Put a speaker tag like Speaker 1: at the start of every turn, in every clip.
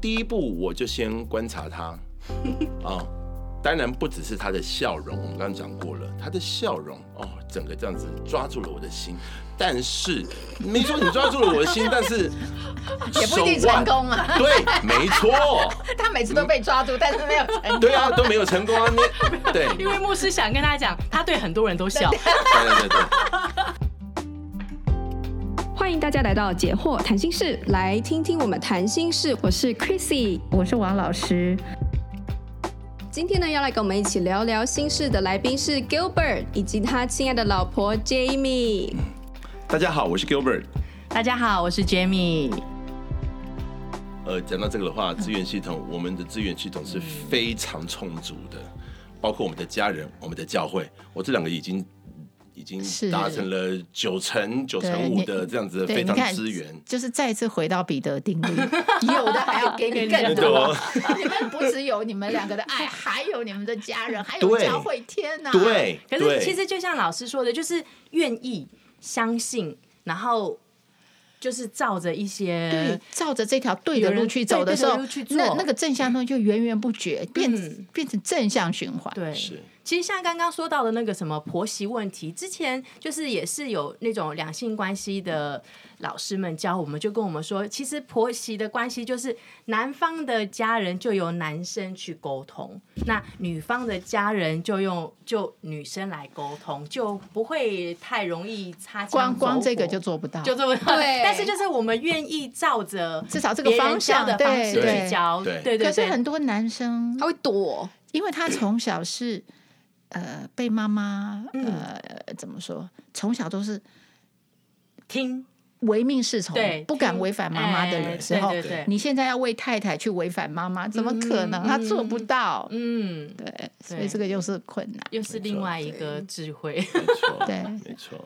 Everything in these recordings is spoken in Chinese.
Speaker 1: 第一步我就先观察他 啊、当然不只是他的笑容，我们刚刚讲过了，他的笑容哦，整个这样子抓住了我的心。但是没错，你抓住了我 的心，但是
Speaker 2: 也不一定成功啊。
Speaker 1: 对，没错，
Speaker 2: 他每次都被抓住，但是没有成功。
Speaker 1: 对啊，都没有成功啊，你 对，
Speaker 3: 因为牧师想跟大家讲，他对很多人都笑。
Speaker 1: 对对对对。
Speaker 4: 欢迎大家来到解惑谈心室，来听听我们谈心事。我是 Chrissy，
Speaker 5: 我是王老师。
Speaker 4: 今天呢要来跟我们一起聊聊心事的来宾是 Gilbert 以及他亲爱的老婆 Jamie。
Speaker 1: 大家好，我是 Gilbert。
Speaker 3: 大家好，我是 Jamie。
Speaker 1: 呃，讲到这个的话，资源系统，我们的资源系统是非常充足的，包括我们的家人、我们的教会，我这两个已经已经
Speaker 5: 是
Speaker 1: 达成了九成、九成
Speaker 5: 对
Speaker 1: 五
Speaker 5: 你
Speaker 1: 的这样子的
Speaker 5: 对，
Speaker 1: 非
Speaker 5: 你
Speaker 1: 常
Speaker 5: 看，
Speaker 1: 资源。
Speaker 5: 就是再次回到彼得定律，
Speaker 2: 有的还要给你更
Speaker 1: 对
Speaker 2: 多
Speaker 1: 哦，
Speaker 5: 你们 不只有你们两个的爱，还有你们的家人，还有
Speaker 1: 对
Speaker 5: 教会，天哪！，
Speaker 1: 对，
Speaker 3: 可
Speaker 1: 对
Speaker 3: 是其实就像老师说的，就是愿意相信，然后就是照着一些
Speaker 5: 对，照着这条对的路去走的时候
Speaker 3: 有人对对的路去，
Speaker 5: 那
Speaker 3: 做
Speaker 5: 那个正向动就源源不绝，变、
Speaker 3: 嗯
Speaker 5: 变成正向循环。
Speaker 3: 对
Speaker 1: 是
Speaker 3: 其实像刚刚说到的那个什么婆媳问题，之前就是也是有那种两性关系的老师们教我们，就跟我们说，其实婆媳的关系就是男方的家人就由男生去沟通，那女方的家人就用就女生来沟通，就不会太容易擦枪
Speaker 5: 光
Speaker 3: 走
Speaker 5: 光这
Speaker 3: 火
Speaker 5: 个就做不到，
Speaker 3: 就这 么
Speaker 4: 对
Speaker 3: 但是就是我们愿意照着
Speaker 5: 至少这个方向
Speaker 3: 别人教的方式
Speaker 5: 对对
Speaker 3: 去教，
Speaker 1: 对
Speaker 3: 对对。
Speaker 5: 可是
Speaker 3: 对
Speaker 5: 很多男生
Speaker 2: 哦
Speaker 4: 他会躲，
Speaker 5: 因为他从小是呃被妈妈
Speaker 3: 嗯
Speaker 5: 呃怎么说，从小都是
Speaker 3: 听
Speaker 5: 唯命是从
Speaker 3: 对，
Speaker 5: 不敢
Speaker 3: 听
Speaker 5: 违反妈妈的
Speaker 3: 哎
Speaker 5: 人时候
Speaker 3: 对对对，
Speaker 5: 你现在要为太太去违反妈妈，怎么可能？
Speaker 3: 嗯
Speaker 5: 他做不到。
Speaker 3: 嗯，
Speaker 5: 对，所以这个又是困难。
Speaker 3: 又是另外一个智慧，
Speaker 1: 没错，
Speaker 5: 对
Speaker 1: 没错，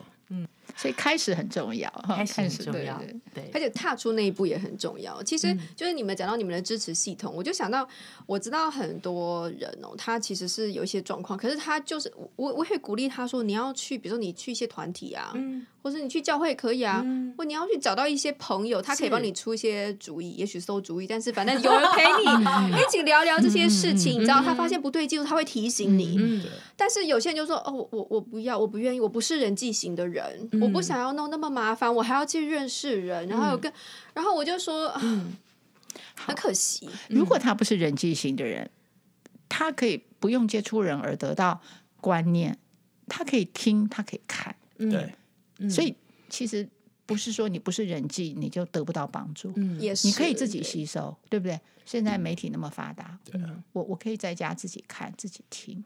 Speaker 5: 所以开始很重要，哈
Speaker 3: 开始很
Speaker 5: 对
Speaker 3: 重要
Speaker 5: 对对，
Speaker 3: 对
Speaker 4: 而且踏出那一步也很重要。其实就是你们讲到你们的支持系统，我就想到我知道很多人哦，他其实是有一些状况，可是他就是我我我会鼓励他说，你要去，比如说你去一些团体啊，
Speaker 3: 嗯
Speaker 4: 或是你去教会也可以啊，
Speaker 3: 嗯
Speaker 4: 或你要去找到一些朋友，他可以
Speaker 3: 是
Speaker 4: 帮你出一些主意，也许馊主意，但是反正 有人陪你一起聊聊这些事
Speaker 5: 嗯
Speaker 4: 情，你知道他发现不对劲，他会提醒你。
Speaker 3: 嗯，
Speaker 4: 但是有些人就说：“哦，我我我不要，我不愿意，我不是人际型的人，
Speaker 5: 嗯
Speaker 4: 我不想要弄那么麻烦，我还要去认识人，然后有跟，然后我就说，啊
Speaker 5: 嗯
Speaker 4: 很可惜，
Speaker 5: 如
Speaker 3: 嗯
Speaker 5: 果他不是人际型的人，他可以不用接触人而得到观念，他可以听，他可以看，
Speaker 3: 嗯
Speaker 1: 对，
Speaker 5: 所以其实不是说你不是人际你就得不到帮助，
Speaker 3: 嗯
Speaker 4: 也是
Speaker 5: 你可以自己吸收，对不对？现在媒体那么发达，嗯我我可以在家自己看、自己听，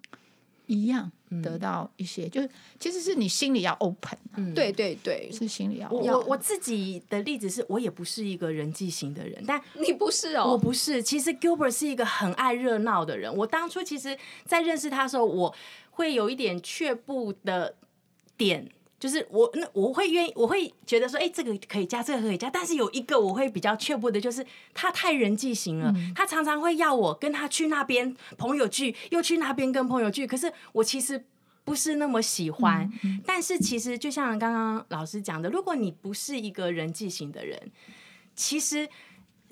Speaker 5: 一样得到一些，就是其实是你心里要 open，、啊
Speaker 4: 对对对，
Speaker 5: 是心里要
Speaker 3: 我
Speaker 5: open。
Speaker 3: 我我自己的例子是我也不是一个人际型的人，但
Speaker 4: 你不是
Speaker 3: 我
Speaker 4: 哦，
Speaker 3: 不是，其实 Gilbert 是一个很爱热闹的人。我当初其实，在认识他的时候，我会有一点却步的点，就是我那我会愿意，我会觉得说，哎、这个可以加，这个可以加。但是有一个我会比较却步的，就是他太人际型了，他常常会要我跟他去那边朋友聚，又去那边跟朋友聚。可是我其实。不是那么喜欢，但是其实就像刚刚老师讲的，如果你不是一个人际型的人，其实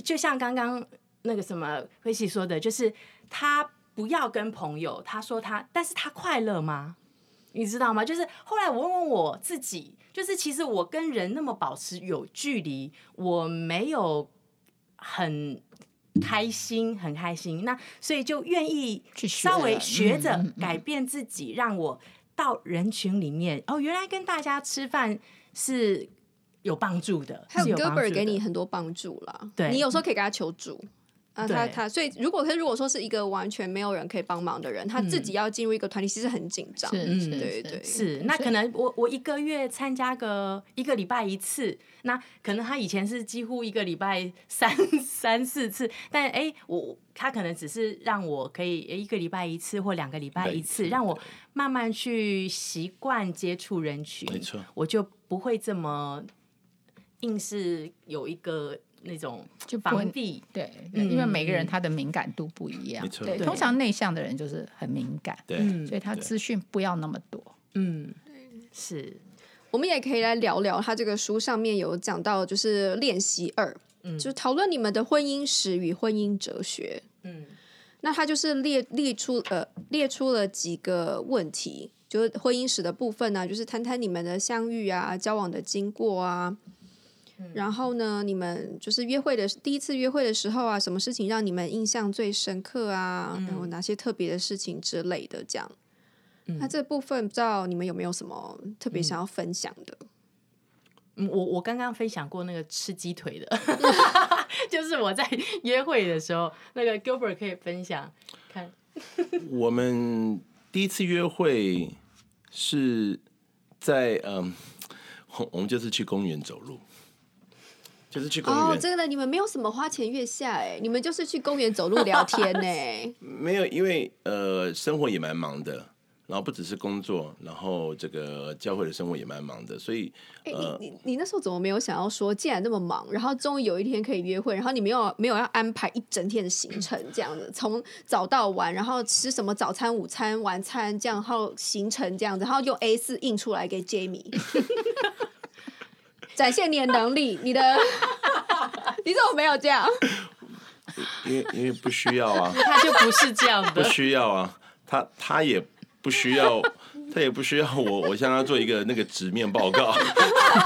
Speaker 3: 就像刚刚那个什么慧琪说的，就是他不要跟朋友，他说他，但是他快乐吗？你知道吗？就是后来我问问我自己，就是其实我跟人那么保持有距离，我没有很开心，很开心。那所以就愿意
Speaker 5: 去学
Speaker 3: 稍微
Speaker 5: 了
Speaker 3: 学着
Speaker 5: 嗯嗯嗯
Speaker 3: 改变自己，让我到人群里面。哦，原来跟大家吃饭是有帮助的，
Speaker 4: 还
Speaker 3: 是
Speaker 4: 有
Speaker 3: 有帮助
Speaker 4: Gilbert
Speaker 3: 的
Speaker 4: 给你很多帮助啦，
Speaker 3: 对
Speaker 4: 你有时候可以给他求助。啊，他
Speaker 3: 对
Speaker 4: 他，所以如果他如果说是一个完全没有人可以帮忙的人，他自
Speaker 3: 嗯
Speaker 4: 己要进入一个团体，其实很紧张。
Speaker 5: 是是
Speaker 4: 对对
Speaker 3: 是，那可能我我一个月参加个一个礼拜一次，那可能他以前是几乎一个礼拜三 三四次，但哎、我他可能只是让我可以诶一个礼拜一次或两个礼拜一次，
Speaker 1: 对
Speaker 3: 让我慢慢去习惯接触人群，
Speaker 1: 没错
Speaker 3: 我就不会这么硬是有一个那种
Speaker 5: 就不会
Speaker 3: 防地，
Speaker 5: 对，
Speaker 3: 嗯
Speaker 5: 因为每个人他的敏感度不一样
Speaker 1: 没，错
Speaker 5: 对，
Speaker 3: 对
Speaker 5: 通常内向的人就是很敏感，
Speaker 1: 对，
Speaker 3: 嗯
Speaker 5: 所以他资讯不要那么多。
Speaker 3: 嗯，是，
Speaker 4: 我们也可以来聊聊他这个书上面有讲到，就是练习二。就是讨论你们的婚姻史与婚姻哲学。
Speaker 3: 嗯
Speaker 4: 那他就是列列出呃列出了几个问题，就是婚姻史的部分呢、啊就是谈谈你们的相遇啊、交往的经过啊。然后呢，你们就是约会的第一次约会的时候啊，什么事情让你们印象最深刻啊？然后哪些特别的事情之类的，这样。那这部分不知道你们有没有什么特别想要分享的？
Speaker 3: 嗯，我我刚刚分享过那个吃鸡腿 的，就是我在约会的时候，那个 Gilbert 可以分享看。
Speaker 1: 我们第一次约会是在嗯，我我们就是去公园走路，就是去公
Speaker 4: 哦
Speaker 1: 园，，
Speaker 4: 真的，你们没有什么花前月下哎、你们就是去公园走路聊 天呢、哎
Speaker 1: 没有，因为呃，生活也蛮忙的，然后不只是工作，然后这个教会的生活也蛮忙的，所以
Speaker 4: 哎、
Speaker 1: 嗯
Speaker 4: 你你你那时候怎么没有想要说，既然那么忙，然后终于有一天可以约会，然后你没有没有要安排一整天的行程这样子，从早到晚，然后吃什么早餐、午餐、晚餐这样，然后行程这样子，然后用 A 四印出来给 Jamie，展现你的能力，你的 你怎么没有这样？
Speaker 1: 因为因为不需要 啊，
Speaker 3: 他就不是这样
Speaker 1: 不
Speaker 3: 的，
Speaker 1: 需要啊，他他也不需要，他也不需要我，我向他做一个那个纸面报告。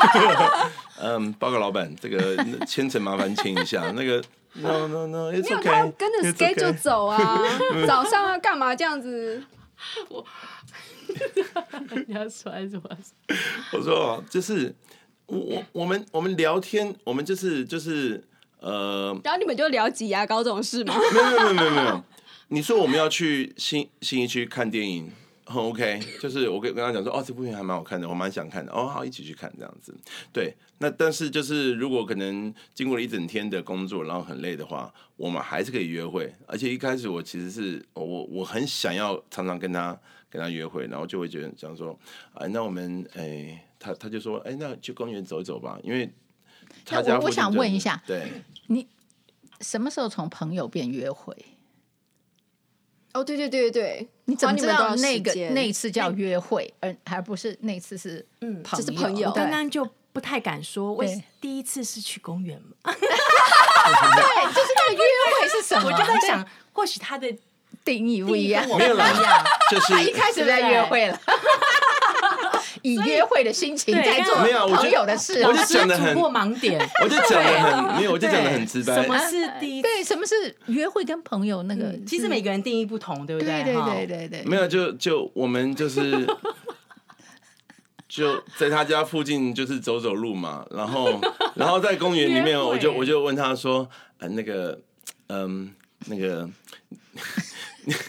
Speaker 1: 嗯，报告老板，这个千层麻烦签一 下。那个 no no no，it's
Speaker 4: 没有，他
Speaker 1: okay，
Speaker 4: 要跟着
Speaker 1: it's
Speaker 4: schedule
Speaker 1: okay。
Speaker 4: 走啊，早上要干嘛这样子？
Speaker 3: 你要说还是我要说？
Speaker 1: 我说哦就是我我我们我们聊天，我们就是就是呃，
Speaker 4: 然后你们就聊挤牙膏这种事吗？
Speaker 1: 没有没有没有没有没有，你说我们要去新新一区看电影。很 OK，就是我跟跟他讲说，哦，这部片还蛮好看的，我蛮想看的，哦，好，一起去看这样子。对，那但是就是如果可能经过了一整天的工作，然后很累的话，我们还是可以约会。而且一开始我其实是我我很想要常常跟他跟他约会，然后就会觉得想说，哎，那我们哎，他他就说，哎，那去公园走一走吧，因为他
Speaker 5: 那
Speaker 1: 家
Speaker 5: 我
Speaker 1: 附
Speaker 5: 我
Speaker 1: 近
Speaker 5: 想
Speaker 1: 就
Speaker 5: 问一下
Speaker 1: 对，
Speaker 5: 什么时候从朋友变约会？
Speaker 4: 哦，对对对对对，
Speaker 5: 你怎么
Speaker 4: 花
Speaker 5: 知
Speaker 4: 们多
Speaker 5: 道
Speaker 4: 少
Speaker 5: 那
Speaker 4: 时
Speaker 5: 个
Speaker 4: 间
Speaker 5: 那一次叫约会，而而不是那次是嗯，
Speaker 4: 只是朋友
Speaker 5: 对
Speaker 3: 刚刚就不太敢说，我
Speaker 5: 对
Speaker 3: 第一次是去公园嘛，
Speaker 5: 就是那个约会是什么？
Speaker 3: 我就在想，或许他的
Speaker 5: 定义不
Speaker 3: 定
Speaker 5: 一
Speaker 3: 义
Speaker 5: 样
Speaker 3: 跟。我
Speaker 1: 没有
Speaker 3: 不一样
Speaker 1: 啦，就是
Speaker 5: 一开始在约会了，以约会的心情
Speaker 3: 对
Speaker 5: 在做
Speaker 1: 没有我觉得
Speaker 5: 朋友的事啊
Speaker 1: 我。就讲得
Speaker 3: 他突
Speaker 1: 很
Speaker 3: 破盲点，
Speaker 1: 我就讲的 很没有，我就讲的很直
Speaker 3: 什么
Speaker 1: 白。
Speaker 3: 是第一次？
Speaker 5: 对，什么是约会跟朋友那个是？
Speaker 3: 其实每个人定义不同，对不
Speaker 5: 对对
Speaker 3: 哈
Speaker 5: 对对对，
Speaker 1: 没有，就就我们就是 就在他家附近，就是走走路嘛。然后， 然后在公园里面，
Speaker 3: 约会
Speaker 1: 我就我就问他说：“呃，那个，嗯，那个，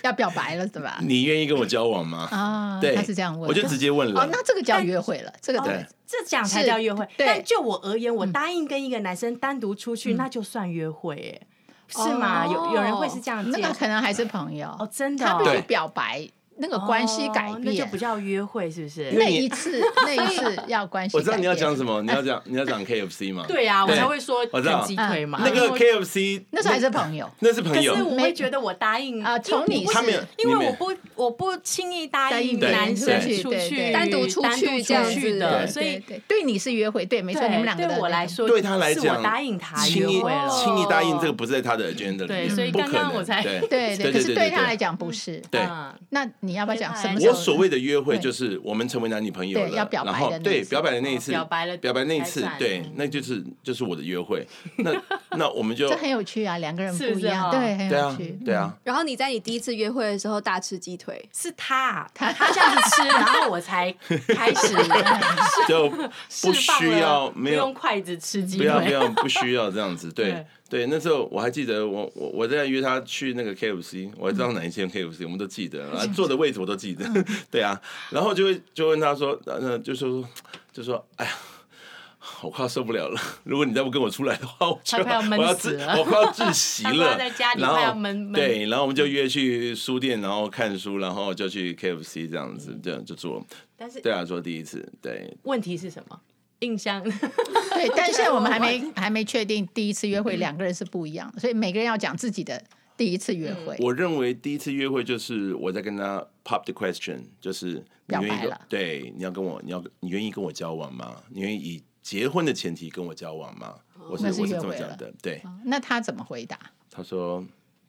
Speaker 5: 要表白了对吧？
Speaker 1: 你愿意跟我交往吗
Speaker 5: 啊，？”
Speaker 1: 对，
Speaker 5: 他是这样问，
Speaker 1: 我就直接问了。
Speaker 5: 哦，那这个叫约会了，这个
Speaker 1: 对，
Speaker 3: 这讲才
Speaker 5: 是
Speaker 3: 叫约会。
Speaker 5: 对嗯
Speaker 3: 但就我而言，我答应跟一个男生单独出去，那就算约会耶，是吗？
Speaker 4: 哦
Speaker 3: 有有人会是这样
Speaker 5: 那
Speaker 3: 介
Speaker 5: 个可能还是朋友
Speaker 3: 哦，真的
Speaker 5: 他
Speaker 3: 哦
Speaker 5: 必须
Speaker 1: 对
Speaker 5: 表白，那个关系改
Speaker 3: 哦那就
Speaker 5: 变
Speaker 3: 不。叫约会，是不是？
Speaker 5: 那一次，那一次要关系。
Speaker 1: 我知道你要讲什么，
Speaker 5: 么，
Speaker 1: 你要讲你要讲 KFC 嘛？
Speaker 3: 对啊呀，我才会说
Speaker 1: 啊
Speaker 3: 啊
Speaker 1: 我知道
Speaker 3: 啃鸡腿
Speaker 5: 嗯
Speaker 3: 嘛。
Speaker 1: 那
Speaker 3: 因
Speaker 1: 个
Speaker 3: 为
Speaker 1: KFC，
Speaker 5: 那时候还是朋友
Speaker 1: 那是朋
Speaker 3: 可是
Speaker 1: 友，
Speaker 3: 我会觉得我答应
Speaker 5: 啊，从你
Speaker 1: 他没有
Speaker 5: 是，
Speaker 1: 你
Speaker 3: 因为
Speaker 1: 没有
Speaker 3: 我不我不轻易答
Speaker 5: 答
Speaker 3: 应
Speaker 5: 应
Speaker 1: 别人
Speaker 3: 男
Speaker 1: 出
Speaker 3: 生
Speaker 1: 去
Speaker 3: 出
Speaker 5: 对
Speaker 3: 去
Speaker 5: 对
Speaker 4: 单独出
Speaker 3: 单
Speaker 4: 去这样
Speaker 3: 去
Speaker 4: 子
Speaker 3: 的，
Speaker 1: 对
Speaker 3: 所以
Speaker 5: 对对对你是约会，对，没错，
Speaker 3: 对
Speaker 5: 你们两个的
Speaker 3: 对我来
Speaker 5: 那个
Speaker 3: 说，
Speaker 1: 对他来
Speaker 3: 是
Speaker 1: 讲
Speaker 3: 我答应他
Speaker 1: 轻
Speaker 3: 约
Speaker 1: 易
Speaker 3: 会了。
Speaker 1: 轻易答应这个不是在他的 agenda 里
Speaker 3: 对
Speaker 1: 面
Speaker 3: 所以
Speaker 1: 不
Speaker 3: 刚
Speaker 1: 可
Speaker 3: 刚
Speaker 1: 能
Speaker 3: 我才
Speaker 1: 对
Speaker 5: 对
Speaker 1: 对
Speaker 5: 可是对
Speaker 1: 对
Speaker 5: 他来讲不是。
Speaker 1: 对。
Speaker 3: 嗯
Speaker 5: 那你要不要讲什么时
Speaker 1: 我
Speaker 5: 候？
Speaker 1: 所谓的约会
Speaker 5: 对
Speaker 1: 就是我们成为男女朋友了，
Speaker 5: 对要表白的
Speaker 1: 然后
Speaker 5: 那一
Speaker 1: 对
Speaker 5: 次
Speaker 1: 表白的那一次，
Speaker 3: 哦表白了
Speaker 1: 表白那一次
Speaker 3: 才，算
Speaker 1: 对
Speaker 3: 嗯，
Speaker 1: 那就是就是我的约 会。那那我们就
Speaker 5: 这很有趣啊，两个人不
Speaker 3: 是不
Speaker 5: 一
Speaker 3: 是
Speaker 5: 样，
Speaker 3: 哦
Speaker 5: 对，很
Speaker 1: 对
Speaker 5: 有
Speaker 1: 啊
Speaker 5: 趣。
Speaker 1: 对啊，
Speaker 4: 然后你在你第一次约会的时候大吃鸡腿，
Speaker 3: 是他，啊他他这样子吃，然后我才开 始
Speaker 1: 就
Speaker 3: 嗯 释
Speaker 1: 不
Speaker 3: 放
Speaker 1: 需
Speaker 3: 了
Speaker 1: 要
Speaker 3: 不
Speaker 1: 没有
Speaker 3: 用筷子吃鸡
Speaker 1: 不要不
Speaker 3: 腿。
Speaker 1: 要不需要这样子，对对。那时候我还记得我我我在约他去那个 KFC，我还
Speaker 3: 嗯
Speaker 1: 知道哪一间 KFC，我们都记得， 啊，坐的位置我都记得， 对啊。然后就会就问他说，呃那就说就说，哎呀。我快要受不了了！如果你再不跟我出来的话，我就
Speaker 3: 他快要闷
Speaker 1: 我要
Speaker 3: 死
Speaker 1: 窒
Speaker 3: 了
Speaker 1: 我快要窒息
Speaker 3: 他
Speaker 1: 了。
Speaker 3: 快要在家里
Speaker 1: 然后
Speaker 3: 快要闷嗯闷
Speaker 1: 对，然后我们就约去书店，然后看书，然后就去 KFC 这样子，这样就做。
Speaker 3: 但是
Speaker 1: 对啊，做第一次，对，
Speaker 3: 问题是什么？印象
Speaker 5: 对，但现在我们还没还没确定第一次约会两个人是不一样的，所以每个人要讲自己的第一次约会。
Speaker 1: 我认为第一次约会就是我在跟他 pop the question，就是你愿
Speaker 5: 表
Speaker 1: 意
Speaker 5: 白
Speaker 1: 跟
Speaker 5: 了
Speaker 1: 对你要跟我你要你愿意跟我交往吗？你愿意以结婚的前提跟我交往吗？我是
Speaker 5: 哦那
Speaker 1: 我
Speaker 5: 是
Speaker 1: 是
Speaker 5: 约
Speaker 1: 这么
Speaker 5: 会
Speaker 1: 讲
Speaker 5: 了
Speaker 1: 的，对。
Speaker 5: 哦那他怎么回答？
Speaker 1: 他说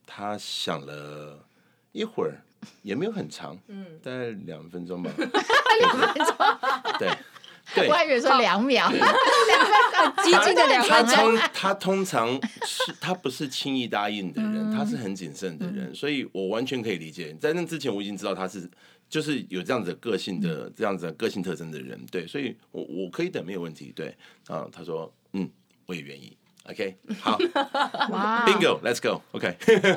Speaker 1: 他想了一会儿，也没有很长，嗯，大概两分钟吧， 两分钟，对。对
Speaker 5: 我，还以为说两秒，
Speaker 4: 激进的两
Speaker 1: 他
Speaker 4: 分钟，
Speaker 1: 通他通常是他不是轻易答应的人，他是很谨慎的人，所以我完全可以理解。在那之前，我已经知道他是就是有这样子的个性的、这样子的个性特征的人，对，所以我我可以等没有问题，对啊。他说，嗯，我也愿意。OK，好
Speaker 5: 哇！
Speaker 1: ，Bingo，Let's go，OK，、